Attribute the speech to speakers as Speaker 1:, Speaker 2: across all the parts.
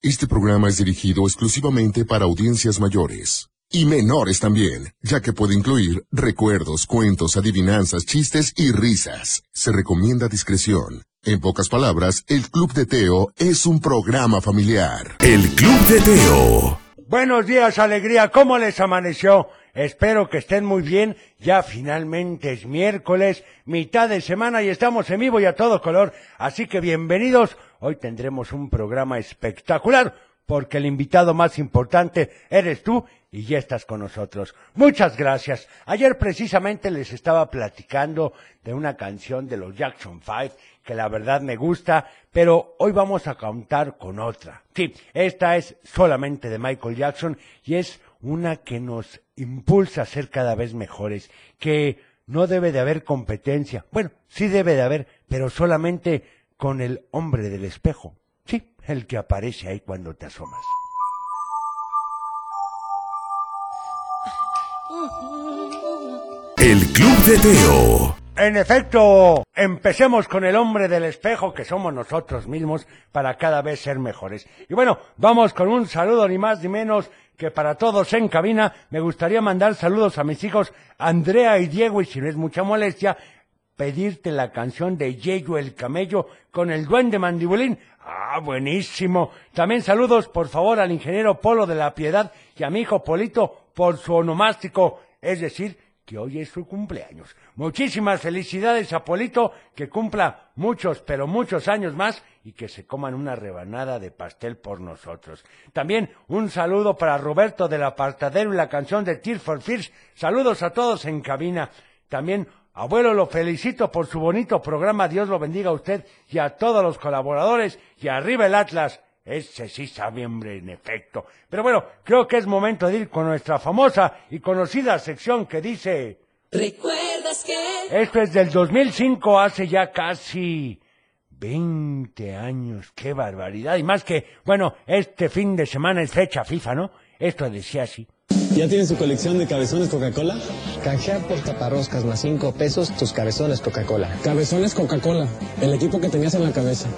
Speaker 1: Este programa es dirigido exclusivamente para audiencias mayores y menores también, ya que puede incluir recuerdos, cuentos, adivinanzas, chistes y risas. Se recomienda discreción. En pocas palabras, el Club de Teo es un programa familiar.
Speaker 2: El Club de Teo.
Speaker 3: Buenos días, alegría. ¿Cómo les amaneció? Espero que estén muy bien. Ya finalmente es miércoles, mitad de semana y estamos en vivo y a todo color. Así que bienvenidos. Hoy tendremos un programa espectacular porque el invitado más importante eres tú y ya estás con nosotros. Muchas gracias. Ayer precisamente les estaba platicando de una canción de los Jackson Five que la verdad me gusta, pero hoy vamos a contar con otra. Sí, esta es solamente de Michael Jackson y es una que nos impulsa a ser cada vez mejores, que no debe de haber competencia. Bueno, sí debe de haber, pero solamente con el hombre del espejo. Sí, el que aparece ahí cuando te asomas.
Speaker 2: El Club de Teo.
Speaker 3: En efecto, empecemos con el hombre del espejo que somos nosotros mismos para cada vez ser mejores. Y bueno, vamos con un saludo ni más ni menos que para todos en cabina. Me gustaría mandar saludos a mis hijos Andrea y Diego y si no es mucha molestia, pedirte la canción de Yeyo el Camello con el duende mandibulín. Ah, buenísimo. También saludos por favor al ingeniero Polo de la Piedad y a mi hijo Polito por su onomástico, es decir, que hoy es su cumpleaños. Muchísimas felicidades a Polito, que cumpla muchos, pero muchos años más y que se coman una rebanada de pastel por nosotros. También un saludo para Roberto del Apartadero y la canción de Tear for Fears. Saludos a todos en cabina. También, abuelo, lo felicito por su bonito programa. Dios lo bendiga a usted y a todos los colaboradores. Y arriba el Atlas. Ese sí sabe, hombre, en efecto. Pero bueno, creo que es momento de ir con nuestra famosa y conocida sección que dice...
Speaker 4: ¿Recuerdas que?
Speaker 3: Esto es del 2005, hace ya casi 20 años. ¡Qué barbaridad! Y más que, bueno, este fin de semana es fecha FIFA, ¿no? Esto decía así.
Speaker 5: ¿Ya tienen su colección de cabezones Coca-Cola?
Speaker 6: Canjea por taparroscas más 5 pesos tus cabezones Coca-Cola.
Speaker 5: Cabezones Coca-Cola, el equipo que tenías en la cabeza.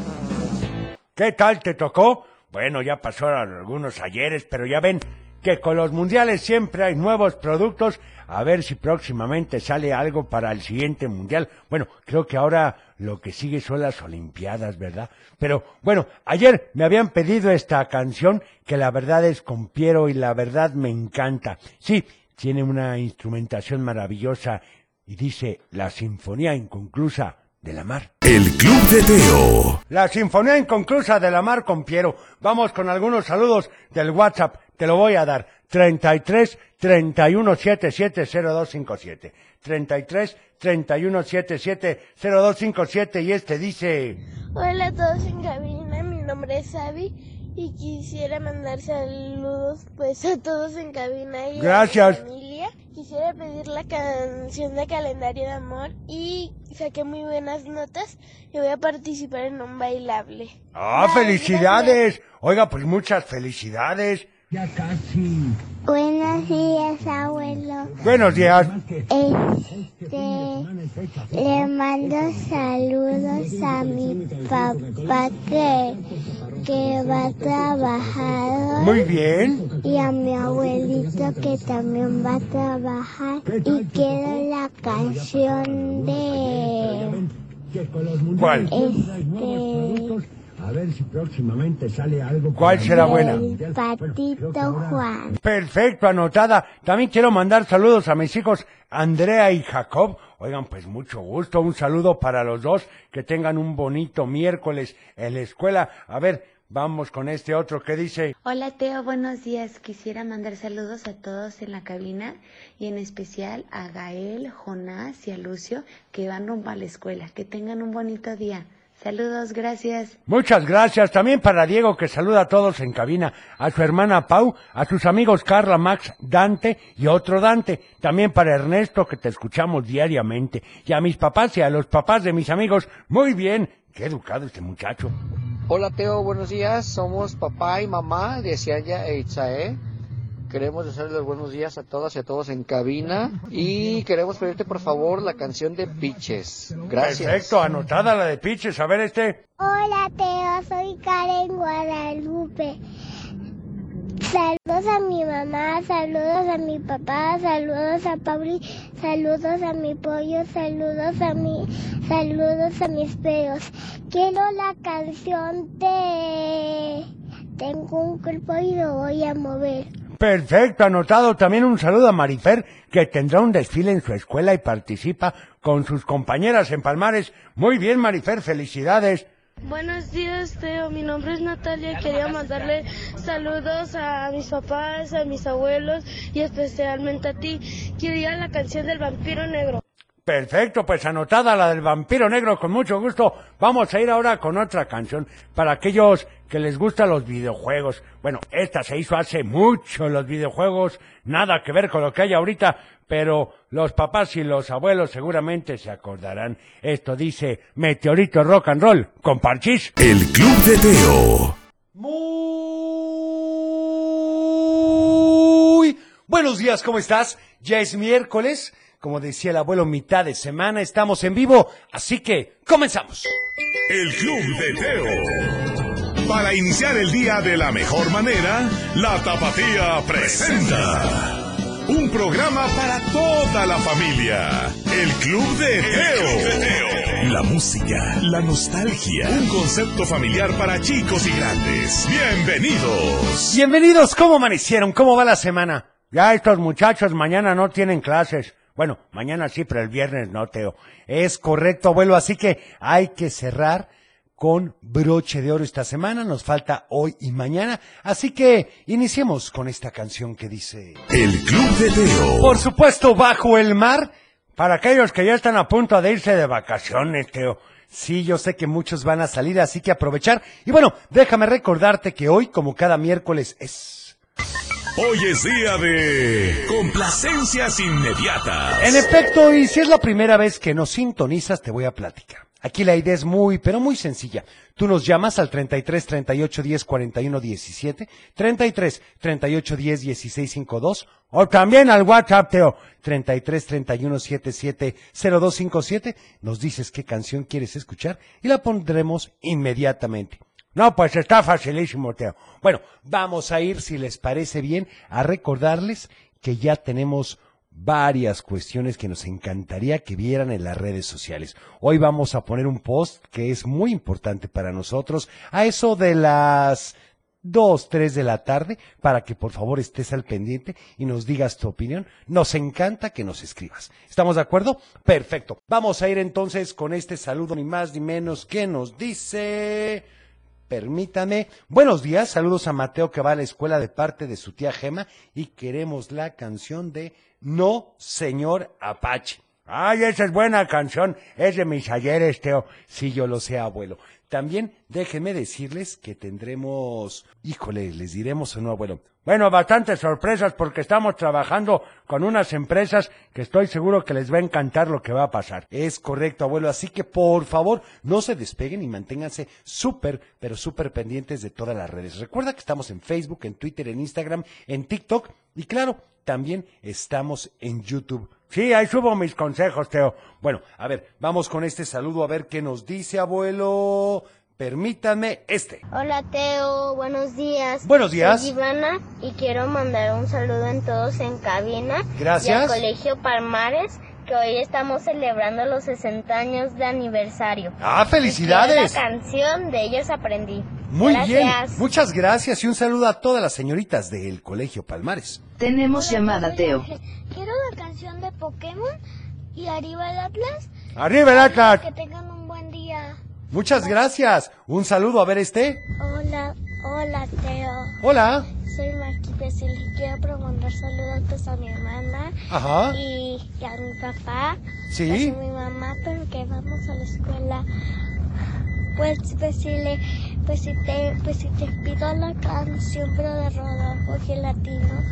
Speaker 3: ¿Qué tal te tocó? Bueno, ya pasaron algunos ayeres, pero ya ven que con los mundiales siempre hay nuevos productos. A ver si próximamente sale algo para el siguiente mundial. Bueno, creo que ahora lo que sigue son las Olimpiadas, ¿verdad? Pero bueno, ayer me habían pedido esta canción que la verdad es con Piero y la verdad me encanta. Sí, tiene una instrumentación maravillosa y dice la Sinfonía Inconclusa de la Mar.
Speaker 2: El Club de Teo.
Speaker 3: La Sinfonía Inconclusa de la Mar con Piero. Vamos con algunos saludos del WhatsApp. Te lo voy a dar. 33 31 77 0257. 33 31 77 0257 y este dice...
Speaker 7: Hola a todos en cabina, mi nombre es Abby y quisiera mandar saludos pues a todos en cabina y
Speaker 3: Gracias.
Speaker 7: a mi familia. Quisiera pedir la canción de calendario de amor y saqué muy buenas notas y voy a participar en un bailable.
Speaker 3: ¡Ah,
Speaker 7: Bye,
Speaker 3: felicidades! Oiga, pues muchas felicidades.
Speaker 7: gracias. Buenos días, abuelo.
Speaker 3: Buenos días.
Speaker 7: Este, le mando saludos a mi papá que, que va a trabajar
Speaker 3: Muy bien.
Speaker 7: y a mi abuelito que también va a trabajar y quiero la canción de
Speaker 3: ¿Cuál?
Speaker 7: este
Speaker 3: ¿Cuál será buena?
Speaker 7: del patito Juan.
Speaker 3: Perfecto, anotada. También quiero mandar saludos a mis hijos Andrea y Jacob. Oigan, pues mucho gusto. Un saludo para los dos. Que tengan un bonito miércoles en la escuela. A ver, vamos con este otro que dice.
Speaker 8: Hola Teo, buenos días. Quisiera mandar saludos a todos en la cabina y en especial a Gael, Jonás y a Lucio que van rumbo a la escuela. Que tengan un bonito día. Saludos, gracias.
Speaker 3: Muchas gracias también para Diego que saluda a todos en cabina, a su hermana Pau, a sus amigos Carla, Max, Dante y otro Dante, también para Ernesto que te escuchamos diariamente y a mis papás y a los papás de mis amigos. Muy bien, qué educado este muchacho.
Speaker 9: Hola Teo, buenos días. Somos papá y mamá de Cianya e Itzae. Queremos desearles los buenos días a todas y a todos en cabina. Y queremos pedirte, por favor, la canción de Piches. Gracias.
Speaker 10: Perfecto, anotada la de Piches. A ver este.
Speaker 7: Hola, Teo, soy Karen Guadalupe. Saludos a mi mamá, saludos a mi papá, saludos a Pauli, saludos a mi pollo, saludos a mi, saludos a mis perros. Quiero la canción de Tengo un cuerpo y lo voy a mover.
Speaker 10: Perfecto, anotado también un saludo a Marifer, que tendrá un desfile en su escuela y participa con sus compañeras en Palmares. Muy bien, Marifer, felicidades.
Speaker 7: Buenos días, Teo. Mi nombre es Natalia. Quería mandarle saludos a mis papás, a mis abuelos y especialmente a ti. Quería la canción del vampiro negro.
Speaker 10: Perfecto, pues anotada la del vampiro negro con mucho gusto. Vamos a ir ahora con otra canción para aquellos que les gustan los videojuegos. Bueno, esta se hizo hace mucho los videojuegos, nada que ver con lo que hay ahorita, pero los papás y los abuelos seguramente se acordarán. Esto dice Meteorito Rock and Roll con Parchís.
Speaker 2: El Club de Teo.
Speaker 3: Muy buenos días, ¿cómo estás? Ya es miércoles, como decía el abuelo, mitad de semana, estamos en vivo, así que comenzamos.
Speaker 2: El Club de Teo. Para iniciar el día de la mejor manera, la Tapatía presenta. Un programa para toda la familia. El Club de Teo. La música, la nostalgia, un concepto familiar para chicos y grandes. Bienvenidos.
Speaker 3: Bienvenidos, ¿cómo amanecieron? ¿Cómo va la semana?
Speaker 10: Ya estos muchachos mañana no tienen clases. Bueno, mañana sí, pero el viernes no, Teo.
Speaker 3: Es correcto, abuelo, así que hay que cerrar con broche de oro esta semana, nos falta hoy y mañana, así que iniciemos con esta canción que dice...
Speaker 2: El Club de Teo.
Speaker 3: Por supuesto, bajo el mar.
Speaker 10: Para aquellos que ya están a punto de irse de vacaciones, Teo.
Speaker 3: Sí, yo sé que muchos van a salir, así que aprovechar. Y bueno, déjame recordarte que hoy, como cada miércoles, es...
Speaker 2: Hoy es día de complacencias inmediatas.
Speaker 3: En efecto, y si es la primera vez que nos sintonizas, te voy a platicar. Aquí la idea es muy, pero muy sencilla. Tú nos llamas al 33 38 10 41 17, 33 38 10 16 52,
Speaker 10: o también al WhatsApp, Teo.
Speaker 3: 33 31 77 02 57. Nos dices qué canción quieres escuchar y la pondremos inmediatamente.
Speaker 10: No, pues está facilísimo, Teo.
Speaker 3: Bueno, vamos a ir, si les parece bien, a recordarles que ya tenemos varias cuestiones que nos encantaría que vieran en las redes sociales. Hoy vamos a poner un post que es muy importante para nosotros a eso de las 2, 3 de la tarde para que por favor estés al pendiente y nos digas tu opinión. Nos encanta que nos escribas. ¿Estamos de acuerdo? Perfecto. Vamos a ir entonces con este saludo ni más ni menos que nos dice... Permítame. Buenos días, saludos a Mateo que va a la escuela de parte de su tía Gema y queremos la canción de no, señor Apache.
Speaker 10: Ay, esa es buena canción. Es de mis ayeres, Teo.
Speaker 3: Si yo lo sé, abuelo. También déjenme decirles que tendremos... Híjole, les diremos o no, abuelo.
Speaker 10: Bueno, bastantes sorpresas porque estamos trabajando con unas empresas que estoy seguro que les va a encantar lo que va a pasar.
Speaker 3: Es correcto, abuelo. Así que por favor, no se despeguen y manténganse súper, pero súper pendientes de todas las redes. Recuerda que estamos en Facebook, en Twitter, en Instagram, en TikTok y claro, también estamos en YouTube.
Speaker 10: Sí, ahí subo mis consejos, Teo.
Speaker 3: Bueno, a ver, vamos con este saludo a ver qué nos dice, abuelo. Permítanme este.
Speaker 7: Hola Teo, buenos días.
Speaker 3: Buenos días.
Speaker 7: Soy Ivana y quiero mandar un saludo en todos en cabina.
Speaker 3: Gracias. Y
Speaker 7: al Colegio Palmares, que hoy estamos celebrando los 60 años de aniversario.
Speaker 3: ¡Ah, felicidades!
Speaker 7: La canción de ellos aprendí.
Speaker 3: Muy gracias. bien, muchas gracias y un saludo a todas las señoritas del Colegio Palmares.
Speaker 11: Tenemos Hola, llamada, Teo.
Speaker 7: Quiero la canción de Pokémon y arriba el Atlas.
Speaker 10: ¡Arriba el
Speaker 3: Ah.
Speaker 10: Atlas!
Speaker 7: Que tengan un buen día.
Speaker 3: Muchas gracias. Un saludo, a ver este.
Speaker 7: Hola, hola Teo.
Speaker 3: Hola.
Speaker 7: Soy Marquites y le quiero mandar saludos a mi hermana
Speaker 3: Ajá.
Speaker 7: Y, y a mi
Speaker 3: Ah.
Speaker 7: papá.
Speaker 3: Sí.
Speaker 7: Y a mi mamá, pero que vamos a la escuela. Pues, pues, si, le, pues, si, te, pues si te pido la canción, pero de Rodolfo Gelatino.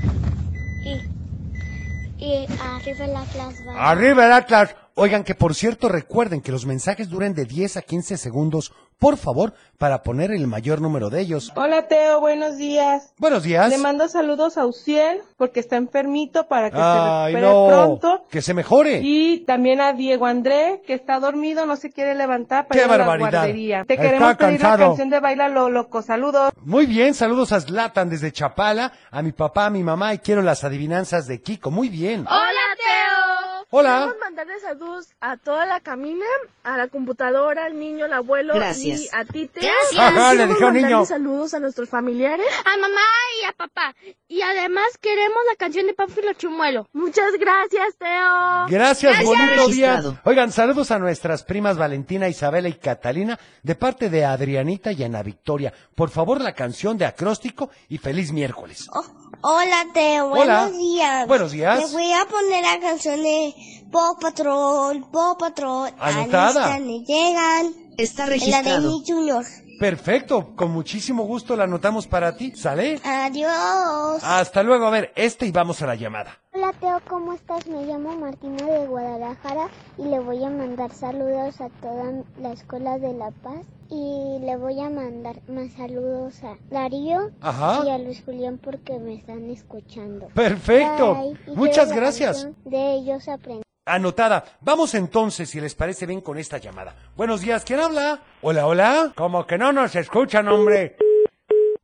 Speaker 7: Y, y arriba el Atlas. ¿vale?
Speaker 10: Arriba el Atlas.
Speaker 3: Oigan, que por cierto, recuerden que los mensajes duren de 10 a 15 segundos por favor, para poner el mayor número de ellos.
Speaker 12: Hola Teo, buenos días.
Speaker 3: Buenos días.
Speaker 12: Le mando saludos a Uciel porque está enfermito para que
Speaker 3: Ay,
Speaker 12: se recupere
Speaker 3: no.
Speaker 12: pronto.
Speaker 3: Que se mejore.
Speaker 12: Y también a Diego André que está dormido, no se quiere levantar para
Speaker 3: ¡Qué
Speaker 12: ir a la
Speaker 3: barbaridad!
Speaker 12: guardería. Te
Speaker 3: Está
Speaker 12: queremos pedir
Speaker 3: cansado.
Speaker 12: la canción de Baila lo loco. Saludos.
Speaker 3: Muy bien, saludos a Zlatan desde Chapala, a mi papá, a mi mamá y quiero las adivinanzas de Kiko. Muy bien.
Speaker 12: Ah,
Speaker 13: Hola, Teo.
Speaker 3: Hola.
Speaker 13: Queremos mandarle saludos a toda la camina, a la computadora, al niño, al abuelo
Speaker 3: Gracias.
Speaker 13: y a ti, Teo.
Speaker 3: Gracias. Ajá,
Speaker 13: Queremos
Speaker 3: le dije a un
Speaker 13: mandarle
Speaker 3: niño.
Speaker 13: saludos a nuestros familiares, a mamá y a papá. Y además queremos la canción de Pánfilo Chumuelo. Muchas gracias, Teo.
Speaker 3: Gracias, bonito
Speaker 13: Registrado.
Speaker 3: día. Oigan, saludos a nuestras primas Valentina, Isabela y Catalina de parte de Adrianita y Ana Victoria. Por favor, la canción de acróstico y feliz miércoles.
Speaker 7: Oh.
Speaker 14: Oh, Hola, Teo.
Speaker 3: Hola.
Speaker 14: Buenos días.
Speaker 3: Buenos días.
Speaker 14: Les voy a poner la canción de Paw Patrol, Paw Patrol.
Speaker 3: Anotada.
Speaker 14: Alistan y llegan.
Speaker 4: Está
Speaker 14: La de
Speaker 3: registrado.
Speaker 14: mi Junior.
Speaker 3: Perfecto, con muchísimo gusto la anotamos para ti. ¿Sale?
Speaker 14: Adiós.
Speaker 3: Hasta luego, a ver, este y vamos a la llamada.
Speaker 7: Hola Teo, ¿cómo estás? Me llamo Martina de Guadalajara y le voy a mandar saludos a toda la Escuela de La Paz y le voy a mandar más saludos a Darío
Speaker 3: Ajá.
Speaker 7: y a Luis Julián porque me están escuchando.
Speaker 3: Perfecto.
Speaker 7: Bye. Y quiero
Speaker 3: Muchas
Speaker 7: la
Speaker 3: gracias.
Speaker 7: canción De ellos aprendí.
Speaker 3: Anotada. Vamos entonces, si les parece bien, con esta llamada. Buenos días, ¿quién habla? Hola, hola. Como que no nos escuchan, hombre.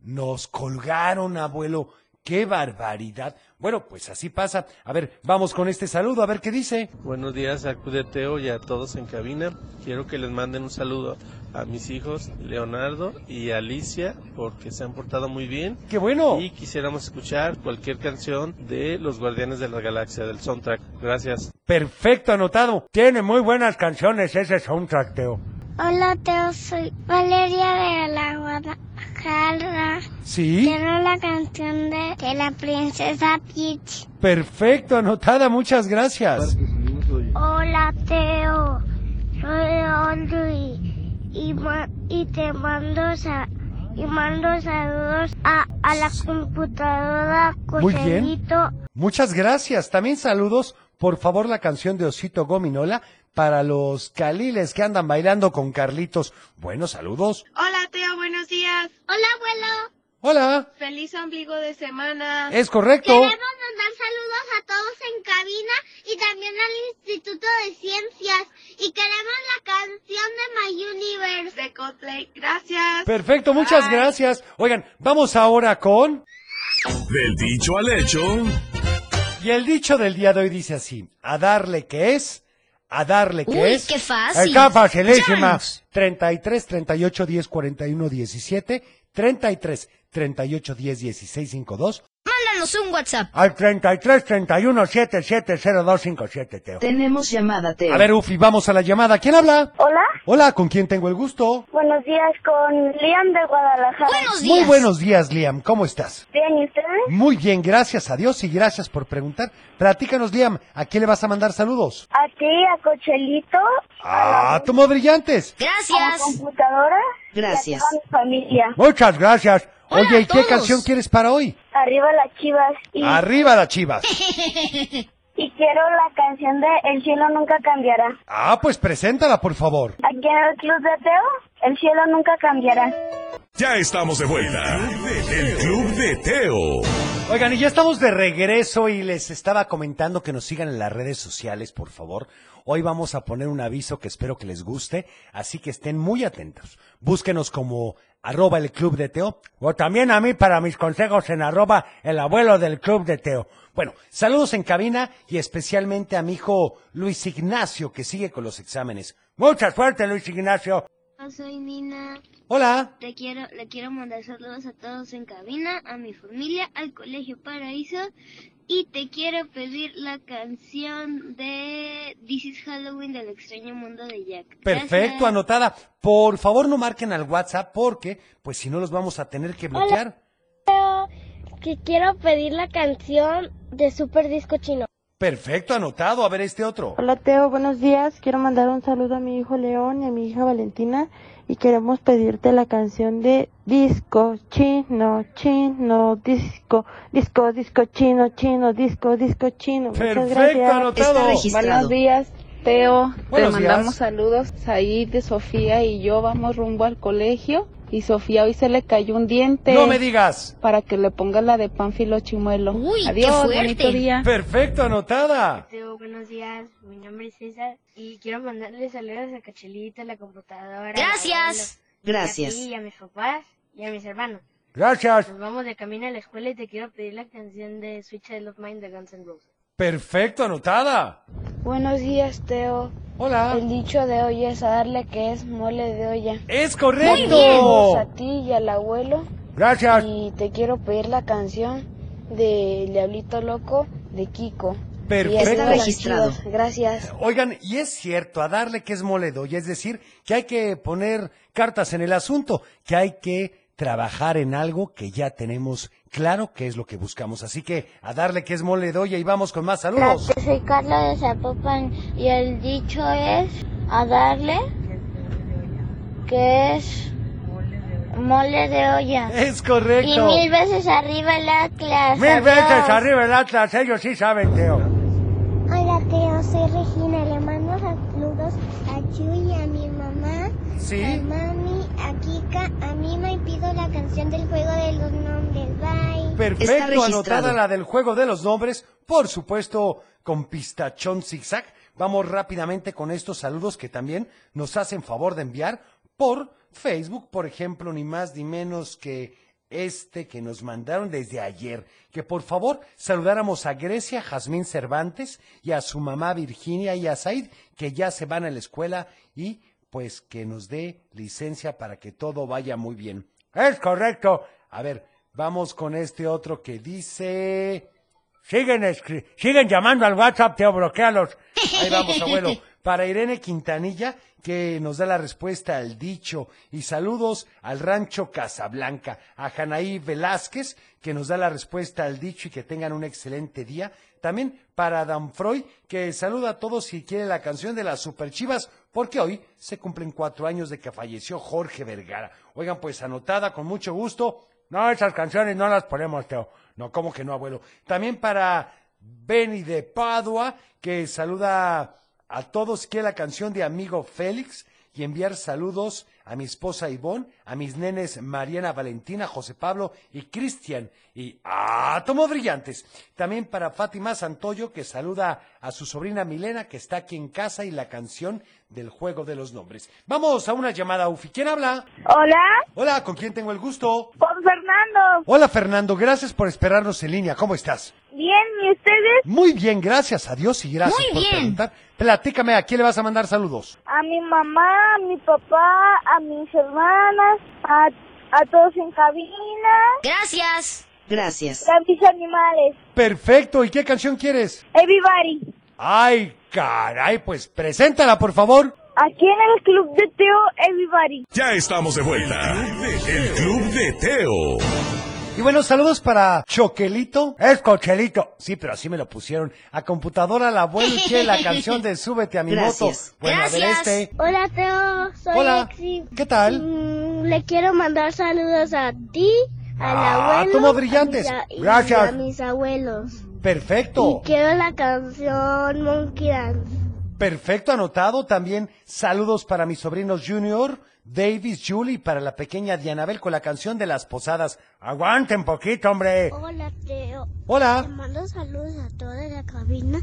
Speaker 3: Nos colgaron, abuelo. ¡Qué barbaridad! Bueno, pues así pasa. A ver, vamos con este saludo, a ver qué dice.
Speaker 5: Buenos días a Cudeteo y a todos en cabina. Quiero que les manden un saludo a mis hijos Leonardo y Alicia porque se han portado muy bien.
Speaker 3: ¡Qué bueno!
Speaker 5: Y quisiéramos escuchar cualquier canción de Los Guardianes de la Galaxia del soundtrack. Gracias.
Speaker 3: Perfecto, anotado. Tiene muy buenas canciones ese soundtrack, Teo.
Speaker 7: Hola Teo, soy Valeria de la Guadalajara.
Speaker 3: Sí.
Speaker 7: Quiero la canción de, de la princesa Peach.
Speaker 3: Perfecto, anotada. Muchas gracias.
Speaker 7: Hola Teo, soy Andrew y, ma- y te mando sa- y mando saludos a, a la computadora
Speaker 3: Muy bien.
Speaker 7: Joselito.
Speaker 3: Muchas gracias. También saludos. Por favor, la canción de Osito Gominola para los caliles que andan bailando con Carlitos. Buenos saludos.
Speaker 15: Hola Teo, buenos días. Hola abuelo.
Speaker 3: Hola.
Speaker 15: Feliz ombligo de semana.
Speaker 3: Es correcto.
Speaker 16: Queremos mandar saludos a todos en cabina y también al Instituto de Ciencias. Y queremos la canción de My Universe. De Coldplay, gracias.
Speaker 3: Perfecto, muchas gracias. Oigan, vamos ahora con...
Speaker 2: Del dicho al hecho,
Speaker 3: Y el dicho del día de hoy dice así. A darle que es... A darle que
Speaker 4: Uy,
Speaker 3: es...
Speaker 4: qué fácil.
Speaker 3: Está facilísima.
Speaker 4: Llanos.
Speaker 3: 33, 38, 10, 41, 17. 33, 38, 10, 16, 52.
Speaker 4: Mándanos un WhatsApp.
Speaker 3: Al 33, 31, 770257, Teo.
Speaker 4: Tenemos llamada, Teo.
Speaker 3: A ver, Ufi, vamos a la llamada. ¿Quién habla?
Speaker 8: Hola.
Speaker 3: Hola, ¿con quién tengo el gusto?
Speaker 8: Buenos días con Liam de Guadalajara.
Speaker 3: Muy buenos días, Liam. ¿Cómo estás?
Speaker 8: Bien, ¿y ustedes?
Speaker 3: Muy bien, gracias a Dios y gracias por preguntar. Platícanos, Liam, ¿a quién le vas a mandar saludos?
Speaker 8: A ti, a Cochelito,
Speaker 3: ¡Ah, tomo brillantes!
Speaker 8: a la computadora.
Speaker 3: Gracias.
Speaker 8: Y a toda mi familia.
Speaker 3: Muchas gracias.
Speaker 8: Hola
Speaker 3: Oye,
Speaker 8: a
Speaker 3: ¿y qué
Speaker 8: todos.
Speaker 3: canción quieres para hoy?
Speaker 8: Arriba las chivas. Y,
Speaker 3: Arriba las chivas.
Speaker 8: y quiero la canción de El cielo nunca cambiará.
Speaker 3: Ah, pues preséntala, por favor.
Speaker 8: Aquí en el Club de Teo, El cielo nunca cambiará.
Speaker 2: ya estamos de vuelta. El Club de Teo.
Speaker 3: Oigan, y ya estamos de regreso y les estaba comentando que nos sigan en las redes sociales, por favor. Hoy vamos a poner un aviso que espero que les guste, así que estén muy atentos. Búsquenos como arroba el club de Teo o también a mí para mis consejos en arroba el abuelo del club de Teo. Bueno, saludos en cabina y especialmente a mi hijo Luis Ignacio que sigue con los exámenes. Mucha suerte Luis Ignacio.
Speaker 17: Hola, soy Nina.
Speaker 3: Hola.
Speaker 17: Te quiero, le quiero mandar saludos a todos en cabina, a mi familia, al Colegio Paraíso. Y te quiero pedir la canción de This is Halloween del extraño mundo de Jack.
Speaker 3: Perfecto,
Speaker 17: Gracias.
Speaker 3: anotada. Por favor no marquen al WhatsApp porque pues si no los vamos a tener que bloquear.
Speaker 16: Que quiero pedir la canción de Super Disco Chino.
Speaker 3: Perfecto, anotado. A ver este otro.
Speaker 9: Hola Teo, buenos días. Quiero mandar un saludo a mi hijo León y a mi hija Valentina y queremos pedirte la canción de disco chino, chino, disco, disco, disco chino, chino, disco, disco chino. Muchas
Speaker 3: Perfecto,
Speaker 9: gracias.
Speaker 3: anotado. Está registrado.
Speaker 9: Buenos días.
Speaker 4: Teo.
Speaker 3: Buenos
Speaker 4: te
Speaker 3: días.
Speaker 4: mandamos saludos. Said, Sofía y yo vamos rumbo al colegio. Y Sofía hoy se le cayó un diente.
Speaker 3: No me digas.
Speaker 4: Para que le ponga la de Pánfilo Chimuelo.
Speaker 3: Uy, qué
Speaker 4: Adiós,
Speaker 3: fuerte.
Speaker 4: bonito día.
Speaker 3: Perfecto, anotada.
Speaker 18: Teo, buenos días, mi nombre es César y quiero mandarle saludos a Cachelita, a la computadora.
Speaker 19: Gracias.
Speaker 18: al abuelo,
Speaker 19: Gracias.
Speaker 18: Y a ti, y a mis papás y a mis hermanos.
Speaker 3: Gracias.
Speaker 18: Nos vamos de camino a la escuela y te quiero pedir la canción de Switch I Love Mine de Guns N' Roses.
Speaker 3: Perfecto, anotada.
Speaker 20: Buenos días, Teo.
Speaker 3: Hola.
Speaker 20: El dicho de hoy es a darle que es mole de olla.
Speaker 3: Es
Speaker 20: Saludos
Speaker 3: correcto.
Speaker 20: a ti y al abuelo.
Speaker 3: Gracias.
Speaker 20: Y te quiero pedir la canción de Diablito Loco de Kiko.
Speaker 3: Perfecto.
Speaker 20: Y hasta la
Speaker 3: Registrado.
Speaker 20: chida. Gracias.
Speaker 3: Oigan, y es cierto, a darle que es moledo, y es decir, que hay que poner cartas en el asunto, que hay que trabajar en algo que ya tenemos claro que es lo que buscamos. Así que a darle que es moledo, y ahí vamos con más saludos.
Speaker 7: Soy Carla de Zapopan y el dicho es a darle que es mole de olla.
Speaker 3: Es correcto.
Speaker 7: Y mil veces arriba el Atlas.
Speaker 3: Mil
Speaker 7: Adiós.
Speaker 3: veces arriba el Atlas, ellos sí saben, Teo.
Speaker 8: Hola Teo, soy Regina. Le mando saludos a Chuy, a mi mamá,
Speaker 3: Sí.
Speaker 8: a mami, a Kika, a Mima y pido la canción del juego de los nombres. Bye.
Speaker 3: Perfecto, anotada la del juego de los nombres, por supuesto, con pistachón zigzag. Vamos rápidamente con estos saludos que también nos hacen favor de enviar por Facebook, por ejemplo, ni más ni menos que este que nos mandaron desde ayer, que por favor saludáramos a Grecia, Jazmín Cervantes y a su mamá Virginia y a Said, que ya se van a la escuela y pues que nos dé licencia para que todo vaya muy bien. Es correcto. A ver, vamos con este otro que dice... Siguen, escri- siguen llamando al WhatsApp, te bloquealos. Ahí vamos, abuelo. Para Irene Quintanilla, que nos da la respuesta al dicho. Y saludos al rancho Casablanca. A Janaí Velázquez, que nos da la respuesta al dicho y que tengan un excelente día. También para Dan Freud, que saluda a todos y quiere la canción de las Superchivas, porque hoy se cumplen cuatro años de que falleció Jorge Vergara. Oigan, pues anotada con mucho gusto. No, esas canciones no las ponemos, Teo. No, ¿cómo que no, abuelo? También para Benny de Padua, que saluda a todos, que la canción de Amigo Félix, y enviar saludos a mi esposa Ivonne, a mis nenes Mariana Valentina, José Pablo y Cristian, y Átomos Brillantes. También para Fátima Santoyo, que saluda a su sobrina Milena, que está aquí en casa, y la canción del Juego de los Nombres. Vamos a una llamada, Ufi. ¿Quién habla?
Speaker 21: Hola,
Speaker 3: Hola, ¿con quién tengo el gusto?
Speaker 21: con Fernando.
Speaker 3: Hola Fernando, gracias por esperarnos en línea. ¿Cómo estás?
Speaker 21: Bien, ¿y ustedes?
Speaker 3: Muy bien, gracias a Dios y gracias
Speaker 21: Muy
Speaker 3: por
Speaker 21: bien.
Speaker 3: preguntar. Platícame, ¿a quién le vas a mandar saludos?
Speaker 21: A mi mamá, a mi papá, a mis hermanas, a, a todos en cabina. Gracias.
Speaker 19: Gracias.
Speaker 21: A mis animales.
Speaker 3: Perfecto, ¿y qué canción quieres?
Speaker 21: Everybody.
Speaker 3: Ay, caray, pues preséntala, por favor.
Speaker 21: Aquí en el club de Teo, everybody.
Speaker 2: Ya estamos de vuelta. El Club de Teo.
Speaker 3: Y bueno, saludos para Choquelito. Es Cochelito. Sí, pero así me lo pusieron. A computadora la abuelo y quiere la canción de Súbete a mi
Speaker 19: Gracias.
Speaker 3: moto. Bueno, a ver este.
Speaker 7: Hola Teo, soy
Speaker 3: Hola.
Speaker 7: Exi.
Speaker 3: ¿Qué tal?
Speaker 7: Mm, le quiero mandar saludos a ti, al
Speaker 3: Ah,
Speaker 7: abuelo,
Speaker 3: toma brillantes.
Speaker 7: a mis, a- y
Speaker 3: Gracias.
Speaker 7: a mis abuelos.
Speaker 3: Perfecto.
Speaker 7: Y quiero la canción Monkey Dance.
Speaker 3: Perfecto, anotado. También saludos para mis sobrinos Junior, Davis, Julie, y para la pequeña Dianabel con la canción de las posadas. Aguanten poquito, hombre.
Speaker 7: Hola Teo.
Speaker 3: Hola.
Speaker 7: Te mando saludos a toda la cabina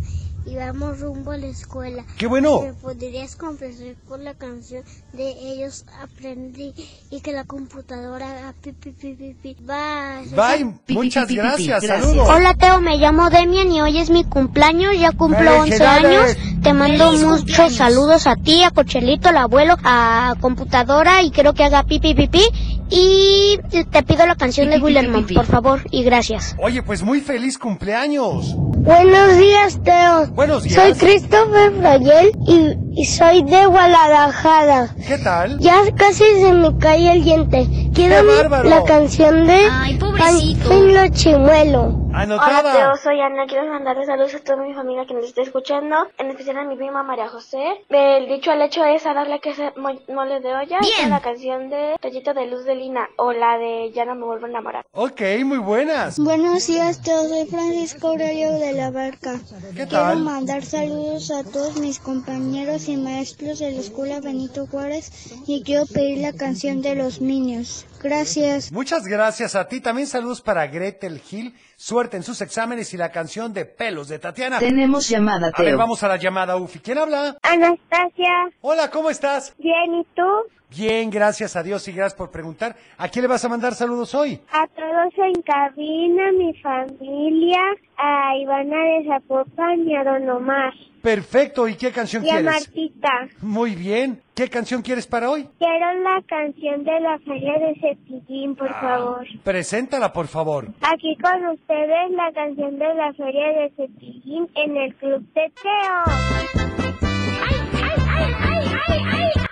Speaker 7: y vamos rumbo a la escuela.
Speaker 3: ¡Qué bueno!
Speaker 7: ¿Me podrías complacer con la canción de Ellos Aprendí y que la computadora haga pi, pi, pi, pi, pi? Bye.
Speaker 3: Bye, muchas gracias, saludos.
Speaker 7: Hola Teo, me llamo Demian y hoy es mi cumpleaños, ya cumplo 11 años.
Speaker 3: ¡Felicidades!
Speaker 7: Te mando
Speaker 19: ¡Feliz
Speaker 7: muchos
Speaker 19: cumpleaños!
Speaker 7: saludos a ti, a Cochelito, al abuelo, a computadora y creo que haga pipi pipi. Y te pido la canción de Willerman, por favor, y gracias.
Speaker 3: Oye, pues muy feliz cumpleaños.
Speaker 7: Buenos días, Teo.
Speaker 3: Buenos días.
Speaker 7: Soy Christopher Frayel y, y soy de Guadalajara.
Speaker 3: ¿Qué tal?
Speaker 7: Ya casi se me cae el diente.
Speaker 22: Quiero
Speaker 23: ¡Qué bárbaro!
Speaker 22: la canción de
Speaker 24: Ay,
Speaker 22: pobrecito. Panfilo Chimuelo.
Speaker 23: Anotada.
Speaker 1: Hola, Teo, soy Ana. Quiero mandarle saludos a toda mi familia que nos está escuchando, en especial a mi prima María José. Del dicho al hecho es a darle que se mo- mole de olla.
Speaker 24: Bien.
Speaker 1: con la canción de Rayito de Luz de Lina o la de Ya no me vuelvo a enamorar.
Speaker 23: Ok, muy buenas.
Speaker 1: Buenos días, Teo. Soy Francisco Aurelio de la Barca.
Speaker 23: ¿Qué tal?
Speaker 1: Quiero mandar saludos a todos mis compañeros y maestros de la escuela Benito Juárez y quiero pedir la canción de los niños. Gracias.
Speaker 3: Muchas gracias a ti. También saludos para Gretel Gil. Suerte en sus exámenes y la canción de Pelos de Tatiana.
Speaker 25: Tenemos llamada,
Speaker 3: A ver,
Speaker 25: Teo.
Speaker 3: vamos a la llamada, Ufi. ¿Quién habla?
Speaker 26: Anastasia,
Speaker 3: Hola, ¿cómo estás?
Speaker 26: bien, ¿y tú?
Speaker 3: Bien, gracias a Dios y gracias por preguntar. ¿A quién le vas a mandar saludos hoy?
Speaker 26: A todos en cabina, mi familia, a Ivana de Zapopan y a Don Omar.
Speaker 3: Perfecto, ¿y qué canción
Speaker 26: Y a
Speaker 3: quieres?
Speaker 26: Martita.
Speaker 3: Muy bien. ¿Qué canción quieres para hoy?
Speaker 26: Quiero la canción de la feria de Cepillín, por favor.
Speaker 3: Preséntala, por favor.
Speaker 26: Aquí con ustedes la
Speaker 3: Ah.
Speaker 26: canción de la feria de Cepillín en el Club de Teo.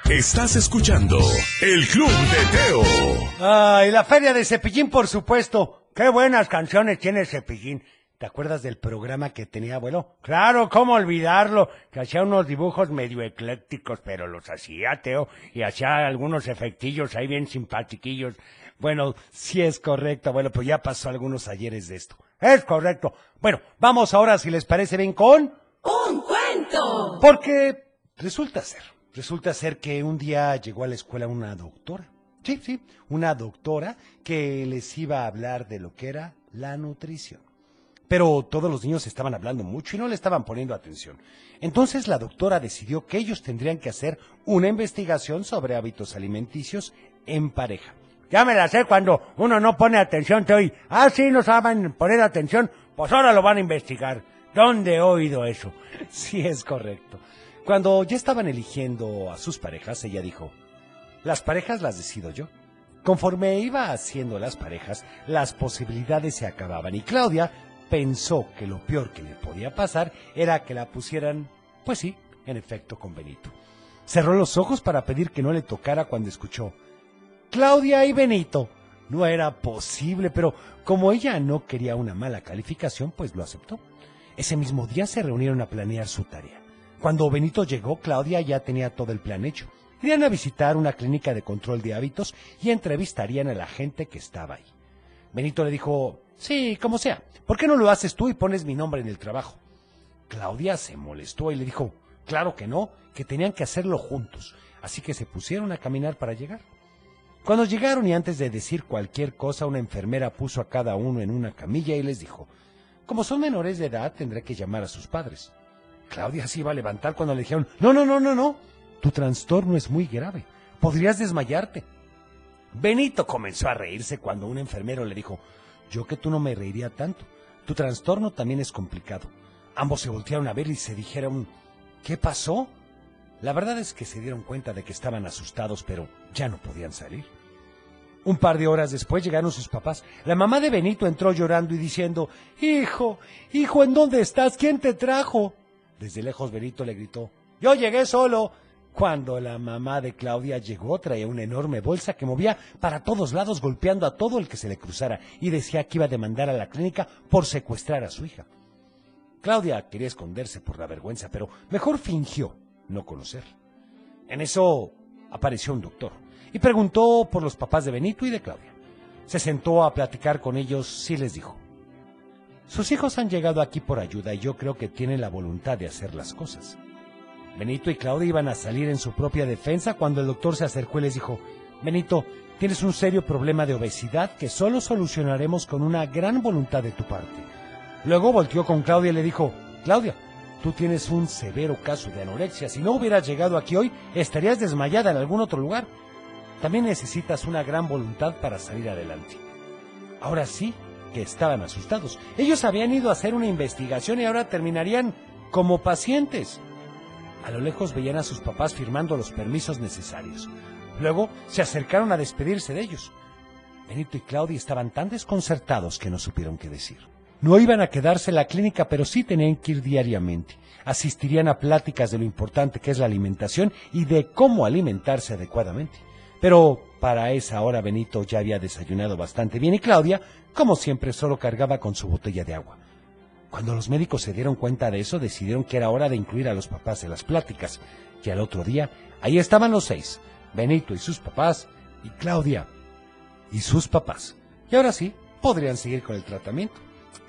Speaker 2: Estás escuchando El Club de Teo.
Speaker 23: Ay, la feria de Cepillín, por supuesto. Qué buenas canciones tiene Cepillín. ¿Te acuerdas del programa que tenía abuelo? Claro, cómo olvidarlo. Que hacía unos dibujos medio eclécticos, pero los hacía, Teo. Y hacía algunos efectillos ahí bien simpatiquillos.
Speaker 3: Bueno, sí es correcto, abuelo, pero ya pasó algunos ayeres de esto.
Speaker 23: Es correcto. Bueno, vamos ahora, si les parece bien, con...
Speaker 3: Porque resulta ser, resulta ser que un día llegó a la escuela una doctora. Sí, sí, una doctora que les iba a hablar de lo que era la nutrición. Pero todos los niños estaban hablando mucho y no le estaban poniendo atención. Entonces la doctora decidió que ellos tendrían que hacer una investigación sobre hábitos alimenticios en pareja.
Speaker 23: Ya me la sé cuando uno no pone atención, te oí. Ah, sí, no saben poner atención, pues ahora lo van a investigar. ¿Dónde he oído eso?
Speaker 3: Sí, es correcto. Cuando ya estaban eligiendo a sus parejas, ella dijo, las parejas las decido yo. Conforme iba haciendo las parejas, las posibilidades se acababan y Claudia pensó que lo peor que le podía pasar era que la pusieran, pues sí, en efecto con Benito. Cerró los ojos para pedir que no le tocara cuando escuchó, Claudia y Benito. No era posible, pero como ella no quería una mala calificación, pues lo aceptó. Ese mismo día se reunieron a planear su tarea. Cuando Benito llegó, Claudia ya tenía todo el plan hecho. Irían a visitar una clínica de control de hábitos y entrevistarían a la gente que estaba ahí. Benito le dijo, sí, como sea, ¿por qué no lo haces tú y pones mi nombre en el trabajo? Claudia se molestó y le dijo, claro que no, que tenían que hacerlo juntos. Así que se pusieron a caminar para llegar. Cuando llegaron y antes de decir cualquier cosa, una enfermera puso a cada uno en una camilla y les dijo, como son menores de edad, tendré que llamar a sus padres. Claudia se iba a levantar cuando le dijeron, no, no, no, no, no, tu trastorno es muy grave, podrías desmayarte. Benito comenzó a reírse cuando un enfermero le dijo, yo que tú no me reiría tanto, tu trastorno también es complicado. Ambos se voltearon a ver y se dijeron, ¿qué pasó? La verdad es que se dieron cuenta de que estaban asustados, pero ya no podían salir. Un par de horas después llegaron sus papás. La mamá de Benito entró llorando y diciendo, Hijo, hijo, ¿en dónde estás? ¿Quién te trajo? Desde lejos Benito le gritó, Yo llegué solo. Cuando la mamá de Claudia llegó, traía una enorme bolsa que movía para todos lados, golpeando a todo el que se le cruzara, y decía que iba a demandar a la clínica por secuestrar a su hija. Claudia quería esconderse por la vergüenza, pero mejor fingió no conocer. En eso apareció un doctor y preguntó por los papás de Benito y de Claudia. Se sentó a platicar con ellos y les dijo, sus hijos han llegado aquí por ayuda y yo creo que tienen la voluntad de hacer las cosas. Benito y Claudia iban a salir en su propia defensa cuando el doctor se acercó y les dijo, Benito, tienes un serio problema de obesidad que solo solucionaremos con una gran voluntad de tu parte. Luego volteó con Claudia y le dijo, Claudia, tú tienes un severo caso de anorexia. Si no hubieras llegado aquí hoy, estarías desmayada en algún otro lugar. También necesitas una gran voluntad para salir adelante. Ahora sí que estaban asustados. Ellos habían ido a hacer una investigación y ahora terminarían como pacientes. A lo lejos veían a sus papás firmando los permisos necesarios. Luego se acercaron a despedirse de ellos. Benito y Claudia estaban tan desconcertados que no supieron qué decir. No iban a quedarse en la clínica, pero sí tenían que ir diariamente. Asistirían a pláticas de lo importante que es la alimentación y de cómo alimentarse adecuadamente. Pero Para esa hora Benito ya había desayunado bastante bien y Claudia, como siempre, solo cargaba con su botella de agua. Cuando los médicos se dieron cuenta de eso, decidieron que era hora de incluir a los papás en las pláticas. Y al otro día, ahí estaban los seis, Benito y sus papás, y Claudia y sus papás. Y ahora sí, podrían seguir con el tratamiento.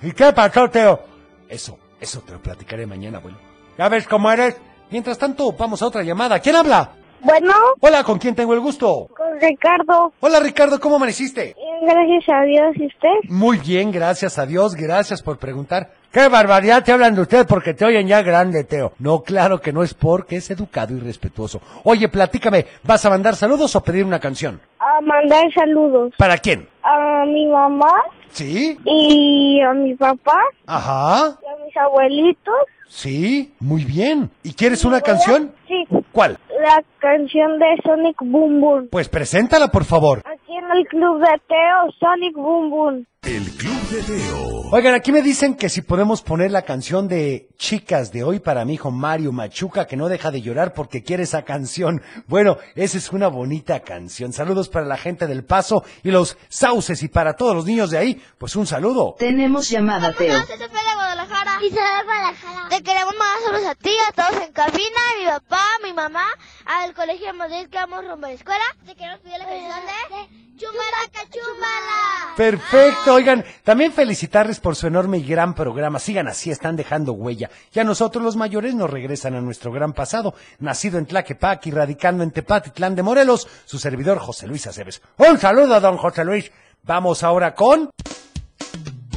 Speaker 23: ¿Y qué pasó, Teo?
Speaker 3: Eso, eso te lo platicaré mañana, abuelo.
Speaker 23: ¿Ya ves cómo eres?
Speaker 3: Mientras tanto, vamos a otra llamada. ¿Quién habla?
Speaker 4: Bueno.
Speaker 3: Hola, ¿con quién tengo el gusto?
Speaker 4: Con Ricardo.
Speaker 3: Hola, Ricardo, ¿cómo amaneciste?
Speaker 4: Gracias a Dios, ¿y usted?
Speaker 3: Muy bien, gracias a Dios, gracias por preguntar.
Speaker 23: ¡Qué barbaridad te hablan de usted porque te oyen ya grande, Teo!
Speaker 3: No, claro que no es porque es educado y respetuoso. Oye, platícame, ¿vas a mandar saludos o pedir una canción?
Speaker 4: A mandar saludos.
Speaker 3: ¿Para quién?
Speaker 4: A mi mamá.
Speaker 3: ¿Sí?
Speaker 4: Y a mi papá.
Speaker 3: Ajá.
Speaker 4: Y a mis abuelitos.
Speaker 3: Sí, muy bien. ¿Y quieres una canción?
Speaker 4: Sí.
Speaker 3: ¿Cuál?
Speaker 4: La canción de Sonic Boom Boom.
Speaker 3: Pues preséntala, por favor.
Speaker 4: Aquí en el Club de Teo, Sonic Boom Boom.
Speaker 2: El Club de Teo.
Speaker 3: Oigan, aquí me dicen que si podemos poner la canción de Chicas de hoy para mi hijo Mario Machuca, que no deja de llorar porque quiere esa canción. Bueno, esa es una bonita canción. Saludos para la gente del Paso y los Sauces y para todos los niños de ahí, pues un saludo.
Speaker 25: Tenemos llamada, Teo.
Speaker 27: Se te pela Guadalajara.
Speaker 22: Y se va para la jala.
Speaker 27: Te queremos mandar saludos a ti, a todos en cabina, a mi papá, a mi mamá, al colegio de Madrid que vamos rumbo a la escuela. Te queremos pedir la canción Eh, de Chumala Cachumala.
Speaker 3: Perfecto, oigan, también felicitarles por su enorme y gran programa. Sigan así, están dejando huella. Y a nosotros los mayores nos regresan a nuestro gran pasado, nacido en Tlaquepaque y radicando en Tepatitlán de Morelos, su servidor José Luis Aceves.
Speaker 23: Un saludo, don José Luis. Vamos ahora con...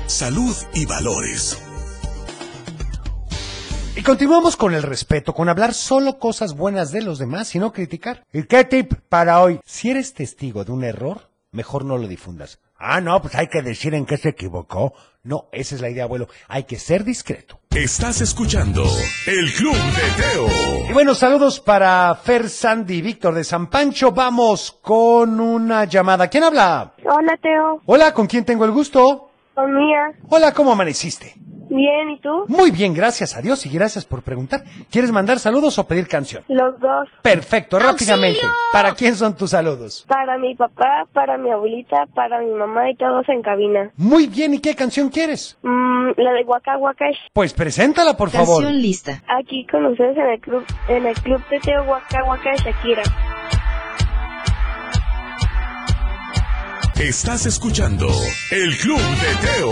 Speaker 2: Salud y valores.
Speaker 3: Y continuamos con el respeto, con hablar solo cosas buenas de los demás y no criticar.
Speaker 23: ¿Y qué tip para hoy?
Speaker 3: Si eres testigo de un error, mejor no lo difundas.
Speaker 23: Ah, no, pues hay que decir en qué se equivocó.
Speaker 3: No, esa es la idea, abuelo. Hay que ser discreto.
Speaker 2: Estás escuchando el Club de Teo.
Speaker 3: Y bueno, saludos para Fer Sandy Víctor de San Pancho. Vamos con una llamada. ¿Quién habla?
Speaker 4: Hola, Teo.
Speaker 3: Hola, ¿con quién tengo el gusto?
Speaker 4: Con Mía.
Speaker 3: Hola, ¿cómo amaneciste?
Speaker 4: Bien, ¿y tú?
Speaker 3: Muy bien, gracias a Dios y gracias por preguntar. ¿Quieres mandar saludos o pedir canción?
Speaker 4: Los dos.
Speaker 3: Perfecto, rápidamente. ¿Para quién son tus saludos?
Speaker 4: Para mi papá, para mi abuelita, para mi mamá y todos en cabina.
Speaker 3: Muy bien, ¿y qué canción quieres?
Speaker 4: Mm, la de Waka Waka.
Speaker 3: Pues preséntala, por favor.
Speaker 25: Canción lista.
Speaker 4: Aquí con ustedes en el club, en el club de Teo Waka Waka Shakira.
Speaker 2: Estás escuchando el Club de Teo.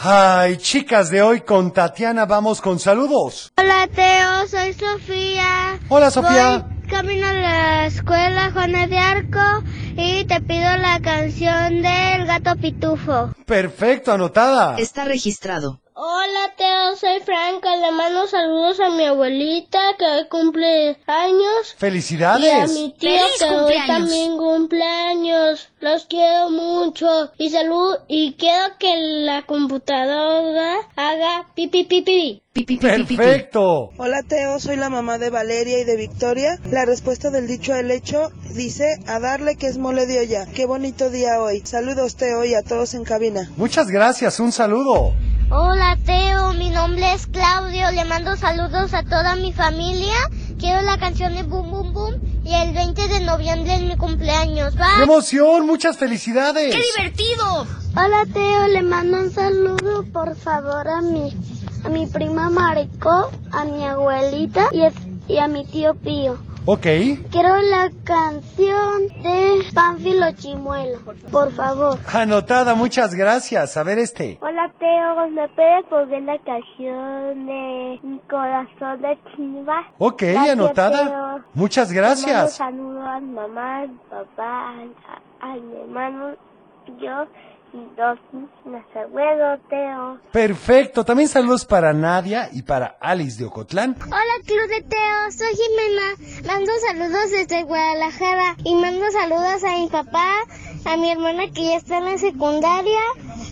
Speaker 3: Ay, chicas de hoy con Tatiana, vamos con saludos.
Speaker 27: Hola Teo, soy Sofía.
Speaker 3: Hola, Sofía.
Speaker 27: Voy camino a la escuela Juana de Arco y te pido la canción del gato pitufo.
Speaker 3: Perfecto, anotada.
Speaker 25: Está registrado.
Speaker 7: Hola Teo, soy Franco, le mando saludos a mi abuelita que cumple años.
Speaker 3: ¡Felicidades!
Speaker 7: Y a mi tía
Speaker 25: ¡Feliz
Speaker 7: que hoy
Speaker 25: cumpleaños!
Speaker 7: también cumpleaños. Los quiero mucho y salud y quiero que la computadora haga pipi pipi.
Speaker 25: Pi, pi, pi, pi, pi, pi.
Speaker 3: Perfecto.
Speaker 6: Hola Teo, soy la mamá de Valeria y de Victoria. La respuesta del dicho al hecho dice, a darle que es mole de olla. Qué bonito día hoy. Saludos Teo y a todos en cabina.
Speaker 3: Muchas gracias, un saludo.
Speaker 7: Hola Teo, mi nombre es Claudio, le mando saludos a toda mi familia. Quiero la canción de Boom Boom Boom y el 20 de noviembre es mi cumpleaños.
Speaker 3: ¡Qué
Speaker 7: Bye.
Speaker 3: emoción! ¡Muchas felicidades!
Speaker 25: ¡Qué divertido!
Speaker 7: Hola Teo, le mando un saludo por favor a mi, a mi prima Maricó, a mi abuelita y, y a mi tío Pío.
Speaker 3: Ok.
Speaker 7: Quiero la canción de Pánfilo Chimuelo, por favor.
Speaker 3: Anotada, muchas gracias. A ver este.
Speaker 7: Hola Teo, ¿me puedes poner la canción de Mi corazón de chiva?
Speaker 3: Ok,
Speaker 7: Gracias,
Speaker 3: anotada.
Speaker 7: Teo.
Speaker 3: Muchas
Speaker 7: Mando
Speaker 3: Oh, gracias.
Speaker 7: saludos a mi mamá, a mi papá, a, a mi hermano, yo y dos mis abuelos, Teo.
Speaker 3: Perfecto. También saludos para Nadia y para Alice de Ocotlán.
Speaker 7: Hola Club de Teo, soy Jimena. Mando saludos desde Guadalajara y mando saludos a mi papá, a mi hermana que ya está en la secundaria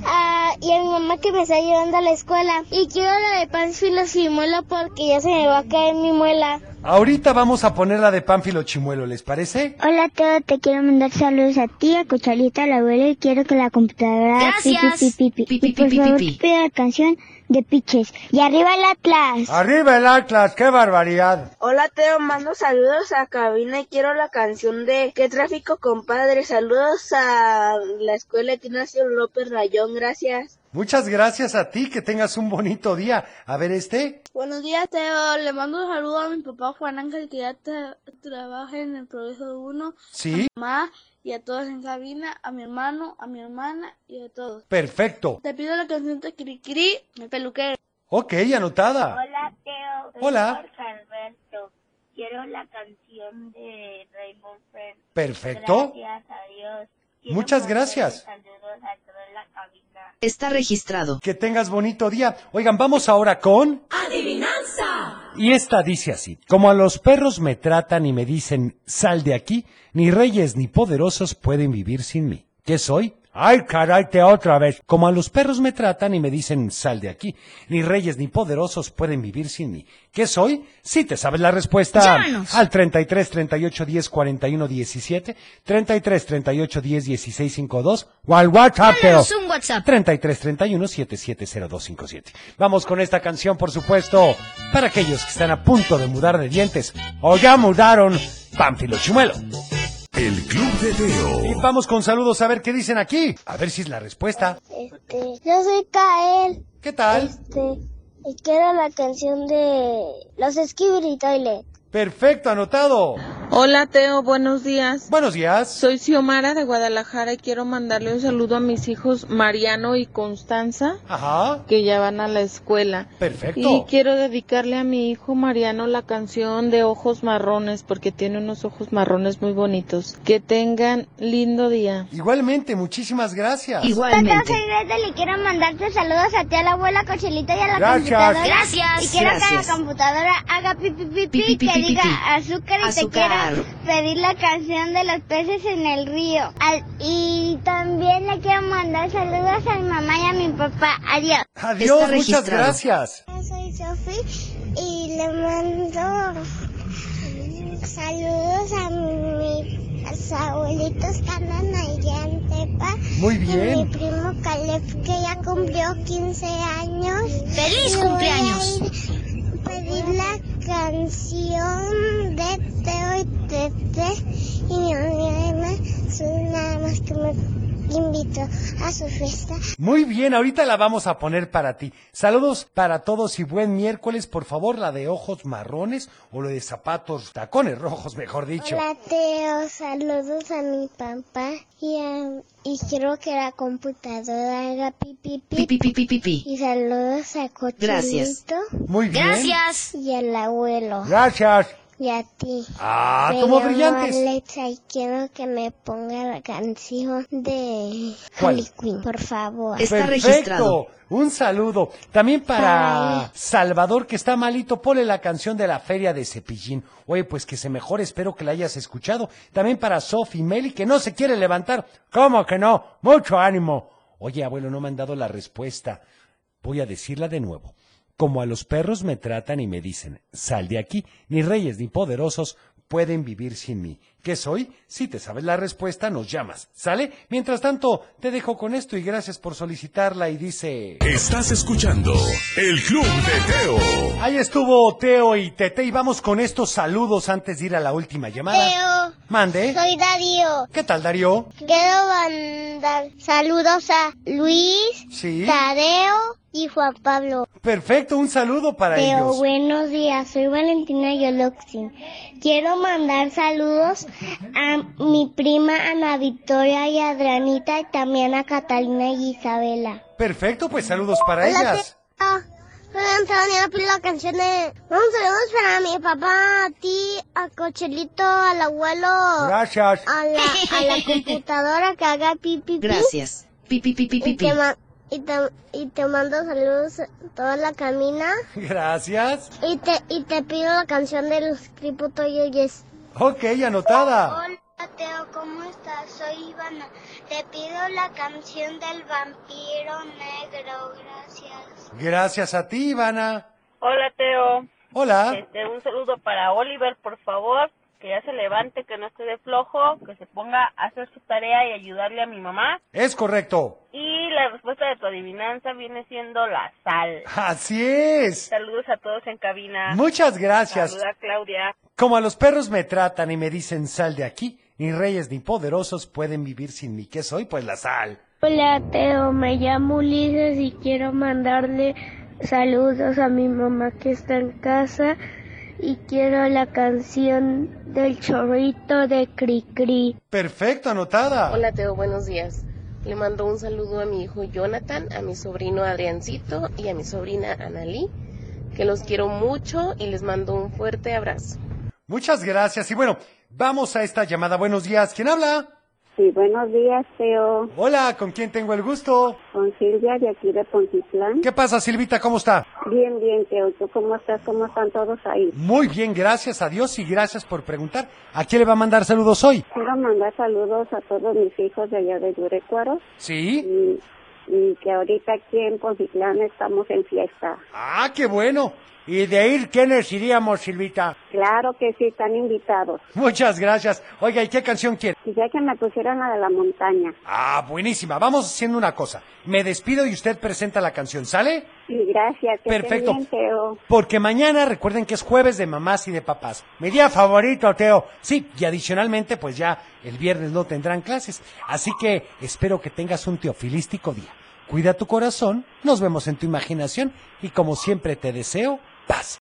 Speaker 7: a- y a mi mamá que me está ayudando a la escuela. Y quiero la de Pansfilo y muela porque ya se me va a caer mi muela.
Speaker 3: Ahorita vamos a poner la de Pánfilo Chimuelo, ¿les parece?
Speaker 24: Hola a todos, te quiero mandar saludos a ti, a Cucharita, al abuelo y quiero que la computadora haga pi,
Speaker 25: Gracias.
Speaker 24: pi, pi, pi, pi.
Speaker 25: pi,
Speaker 24: Y por
Speaker 25: pi, pi,
Speaker 24: favor,
Speaker 25: pi.
Speaker 24: pide la canción de Piches. Y arriba el Atlas.
Speaker 23: Arriba el Atlas, qué barbaridad.
Speaker 26: Hola Teo, mando saludos a cabina y quiero la canción de ¿Qué tráfico, compadre? Saludos a la escuela Ignacio López Rayón, gracias.
Speaker 3: Muchas gracias a ti, que tengas un bonito día. A ver este.
Speaker 28: Buenos días, Teo. Le mando un saludo a mi papá Juan Ángel, que ya tra- trabaja en el Progreso 1.
Speaker 3: Sí.
Speaker 28: A mi mamá y a todos en cabina, a mi hermano, a mi hermana y a todos.
Speaker 3: Perfecto.
Speaker 28: Te pido la canción de Kirikiri, el peluquero.
Speaker 3: Ok, anotada.
Speaker 28: Hola, Teo.
Speaker 3: Hola.
Speaker 28: Alberto.
Speaker 26: Quiero la canción de Raymond Friend.
Speaker 3: Perfecto.
Speaker 26: Gracias a Dios.
Speaker 3: Muchas gracias.
Speaker 25: Está registrado.
Speaker 3: Que tengas bonito día. Oigan, vamos ahora con...
Speaker 25: ¡Adivinanza!
Speaker 3: Y esta dice así. Como a los perros me tratan y me dicen, sal de aquí, ni reyes ni poderosos pueden vivir sin mí. ¿Qué soy? Ay, caray, te otra vez. Como a los perros me tratan y me dicen, sal de aquí, ni reyes ni poderosos pueden vivir sin mí. ¿Qué soy? Si te sabes la respuesta
Speaker 9: Llámanos.
Speaker 3: al 33 38 10 41 17, 33 38 10 16 52, o al WhatsApp.
Speaker 9: Mándanos
Speaker 3: Teo.
Speaker 9: un WhatsApp.
Speaker 3: 33 31 770257. Vamos con esta canción, por supuesto, para aquellos que están a punto de mudar de dientes o ya mudaron, Pánfilo Chumelo.
Speaker 2: El Club de Teo.
Speaker 3: Y vamos con saludos a ver qué dicen aquí. A ver si es la respuesta.
Speaker 7: Este, yo soy Kael.
Speaker 3: ¿Qué tal?
Speaker 7: Este, y quiero la canción de Los Skibidi Toilet.
Speaker 3: Perfecto, anotado.
Speaker 8: Hola Teo, buenos días.
Speaker 3: Buenos días.
Speaker 8: Soy Xiomara de Guadalajara y quiero mandarle un saludo a mis hijos Mariano y Constanza,
Speaker 3: Ajá.
Speaker 8: que ya van a la escuela. Y
Speaker 3: Perfecto.
Speaker 8: quiero dedicarle a mi hijo Mariano la canción de Ojos Marrones, porque tiene unos ojos marrones muy bonitos. Que tengan lindo día.
Speaker 3: Igualmente, muchísimas gracias.
Speaker 7: Hola, soy Gretel y quiero mandarte saludos a ti, a la abuela, Cochelita y a la
Speaker 3: Gracias.
Speaker 7: computadora.
Speaker 3: Gracias.
Speaker 7: Y quiero que
Speaker 3: Gracias.
Speaker 7: la computadora haga pipi pipi
Speaker 25: Pi, pi, pi,
Speaker 7: que
Speaker 25: pi, pi,
Speaker 7: diga
Speaker 25: pi.
Speaker 7: azúcar y
Speaker 25: Azúcar.
Speaker 7: te quiero pedir la canción de los peces en el río. Al- y también le quiero mandar saludos a mi mamá y a mi papá. Adiós.
Speaker 3: Adiós, muchas gracias.
Speaker 7: Soy Sofi y le mando saludos a mis abuelitos que andan allá en Tepa.
Speaker 3: Muy bien.
Speaker 7: Y mi primo Caleb que ya cumplió 15 años.
Speaker 9: ¡Feliz
Speaker 7: Y voy a
Speaker 9: cumpleaños!
Speaker 7: ir a pedir la canción de Teo y Tete y mi hermana son nada más que me invitó a su fiesta.
Speaker 3: Muy bien, ahorita la vamos a poner para ti. Saludos para todos y buen miércoles, por favor, la de ojos marrones o la de zapatos, tacones rojos, mejor dicho.
Speaker 7: Hola Teo, saludos a mi papá y, a- y quiero que la computadora haga pipi pipi y saludos a Cochinito
Speaker 3: Gracias. Muy bien. Gracias.
Speaker 7: y al abuelo
Speaker 3: Gracias.
Speaker 7: y a ti.
Speaker 3: Ah,
Speaker 7: Me
Speaker 3: como
Speaker 7: llamo
Speaker 3: brillantes.
Speaker 7: Alexa y quiero que me ponga la canción de
Speaker 3: ¿Cuál?
Speaker 7: Harley Quinn, por favor.
Speaker 3: Perfecto. Un saludo. También para Salvador, que está malito, ponle la canción de la feria de Cepillín. Oye, pues que se mejore, espero que la hayas escuchado. También para Sofi Meli, que no se quiere levantar. ¿Cómo que no? Mucho ánimo. Oye, abuelo, no me han dado la respuesta. Voy a decirla de nuevo. Como a los perros me tratan y me dicen, sal de aquí, ni reyes ni poderosos pueden vivir sin mí. ¿Qué soy? Si te sabes la respuesta, nos llamas. ¿Sale? Mientras tanto, te dejo con esto y gracias por solicitarla y dice...
Speaker 2: Estás escuchando El Club de Teo.
Speaker 3: Ahí estuvo Teo y Tete y vamos con estos saludos antes de ir a la última llamada.
Speaker 7: Teo,
Speaker 3: Mande.
Speaker 7: soy Darío.
Speaker 3: ¿Qué tal, Darío?
Speaker 7: Quiero mandar saludos a Luis,
Speaker 3: Sí.
Speaker 7: Tadeo y Juan Pablo.
Speaker 3: Perfecto, un saludo para
Speaker 7: Teo,
Speaker 3: ellos.
Speaker 7: buenos días. Soy Valentina Yoloxin. Quiero mandar saludos a mi prima Ana Victoria y a Adrianita y también a Catalina y Isabela.
Speaker 3: Perfecto, pues saludos para
Speaker 7: Hola,
Speaker 3: ellas.
Speaker 7: Ah, Soy Antonio, pido la canción de... Un saludos para mi papá, a ti, a Cochelito, al abuelo.
Speaker 3: Gracias.
Speaker 7: A la, a la computadora que haga pipi.
Speaker 25: Gracias. Pi, pi, pi, pi, pi,
Speaker 7: Y
Speaker 25: pi.
Speaker 7: te, ma- y, te, y te mando saludos a toda la camina.
Speaker 3: Gracias.
Speaker 7: Y te, y te pido la canción de los Criputo Yoyes.
Speaker 3: Ok, anotada.
Speaker 7: Hola Teo, ¿cómo estás? Soy Ivana. Te pido la canción del vampiro negro, gracias.
Speaker 3: Gracias a ti, Ivana.
Speaker 29: Hola Teo,
Speaker 3: Hola.
Speaker 9: Este, un saludo para Oliver, por favor, que ya se levante, que no esté de flojo, que se ponga a hacer su tarea y ayudarle a mi mamá.
Speaker 3: Es correcto.
Speaker 9: Y la respuesta de tu adivinanza viene siendo la sal.
Speaker 3: Así es.
Speaker 9: Saludos a todos en cabina.
Speaker 3: Muchas gracias.
Speaker 9: Saluda a Claudia.
Speaker 3: Como a los perros me tratan y me dicen sal de aquí, ni reyes ni poderosos pueden vivir sin mí. ¿Qué soy? Pues la sal.
Speaker 30: Hola Teo, me llamo Ulises y quiero mandarle saludos a mi mamá que está en casa y quiero la canción del chorrito de Cricri.
Speaker 3: Perfecto, anotada.
Speaker 31: Hola Teo, buenos días. Le mando un saludo a mi hijo Jonathan, a mi sobrino Adriancito y a mi sobrina Analí, que los quiero mucho y les mando un fuerte abrazo.
Speaker 3: Muchas gracias. Y bueno, vamos a esta llamada. Buenos días. ¿Quién habla?
Speaker 7: Sí, buenos días, Teo.
Speaker 3: Hola, ¿con quién tengo el gusto?
Speaker 7: Con Silvia de aquí de Pontitlán.
Speaker 3: ¿Qué pasa, Silvita? ¿Cómo está?
Speaker 7: Bien, bien, Teo. ¿Tú cómo estás? ¿Cómo están todos ahí?
Speaker 3: Muy bien, gracias a Dios y gracias por preguntar. ¿A quién le va a mandar saludos hoy?
Speaker 7: Quiero mandar saludos a todos mis hijos de allá de Yurecuaro.
Speaker 3: Sí.
Speaker 7: Y, y que ahorita aquí en Pontitlán estamos en fiesta.
Speaker 3: Ah, qué bueno. ¿Y de ir quiénes iríamos, Silvita?
Speaker 7: Claro que sí, están invitados.
Speaker 3: Muchas gracias. Oiga, ¿y qué canción quiere?
Speaker 7: Ya que me pusieran la de la montaña.
Speaker 3: Ah, buenísima. Vamos haciendo una cosa. Me despido y usted presenta la canción, ¿sale?
Speaker 7: Sí, gracias. que estén
Speaker 3: Perfecto.
Speaker 7: bien, Teo.
Speaker 3: Porque mañana recuerden que es jueves de mamás y de papás. Mi día favorito, Teo. Sí, y adicionalmente, pues ya el viernes no tendrán clases. Así que espero que tengas un teofilístico día. Cuida tu corazón, nos vemos en tu imaginación y como siempre te deseo paz.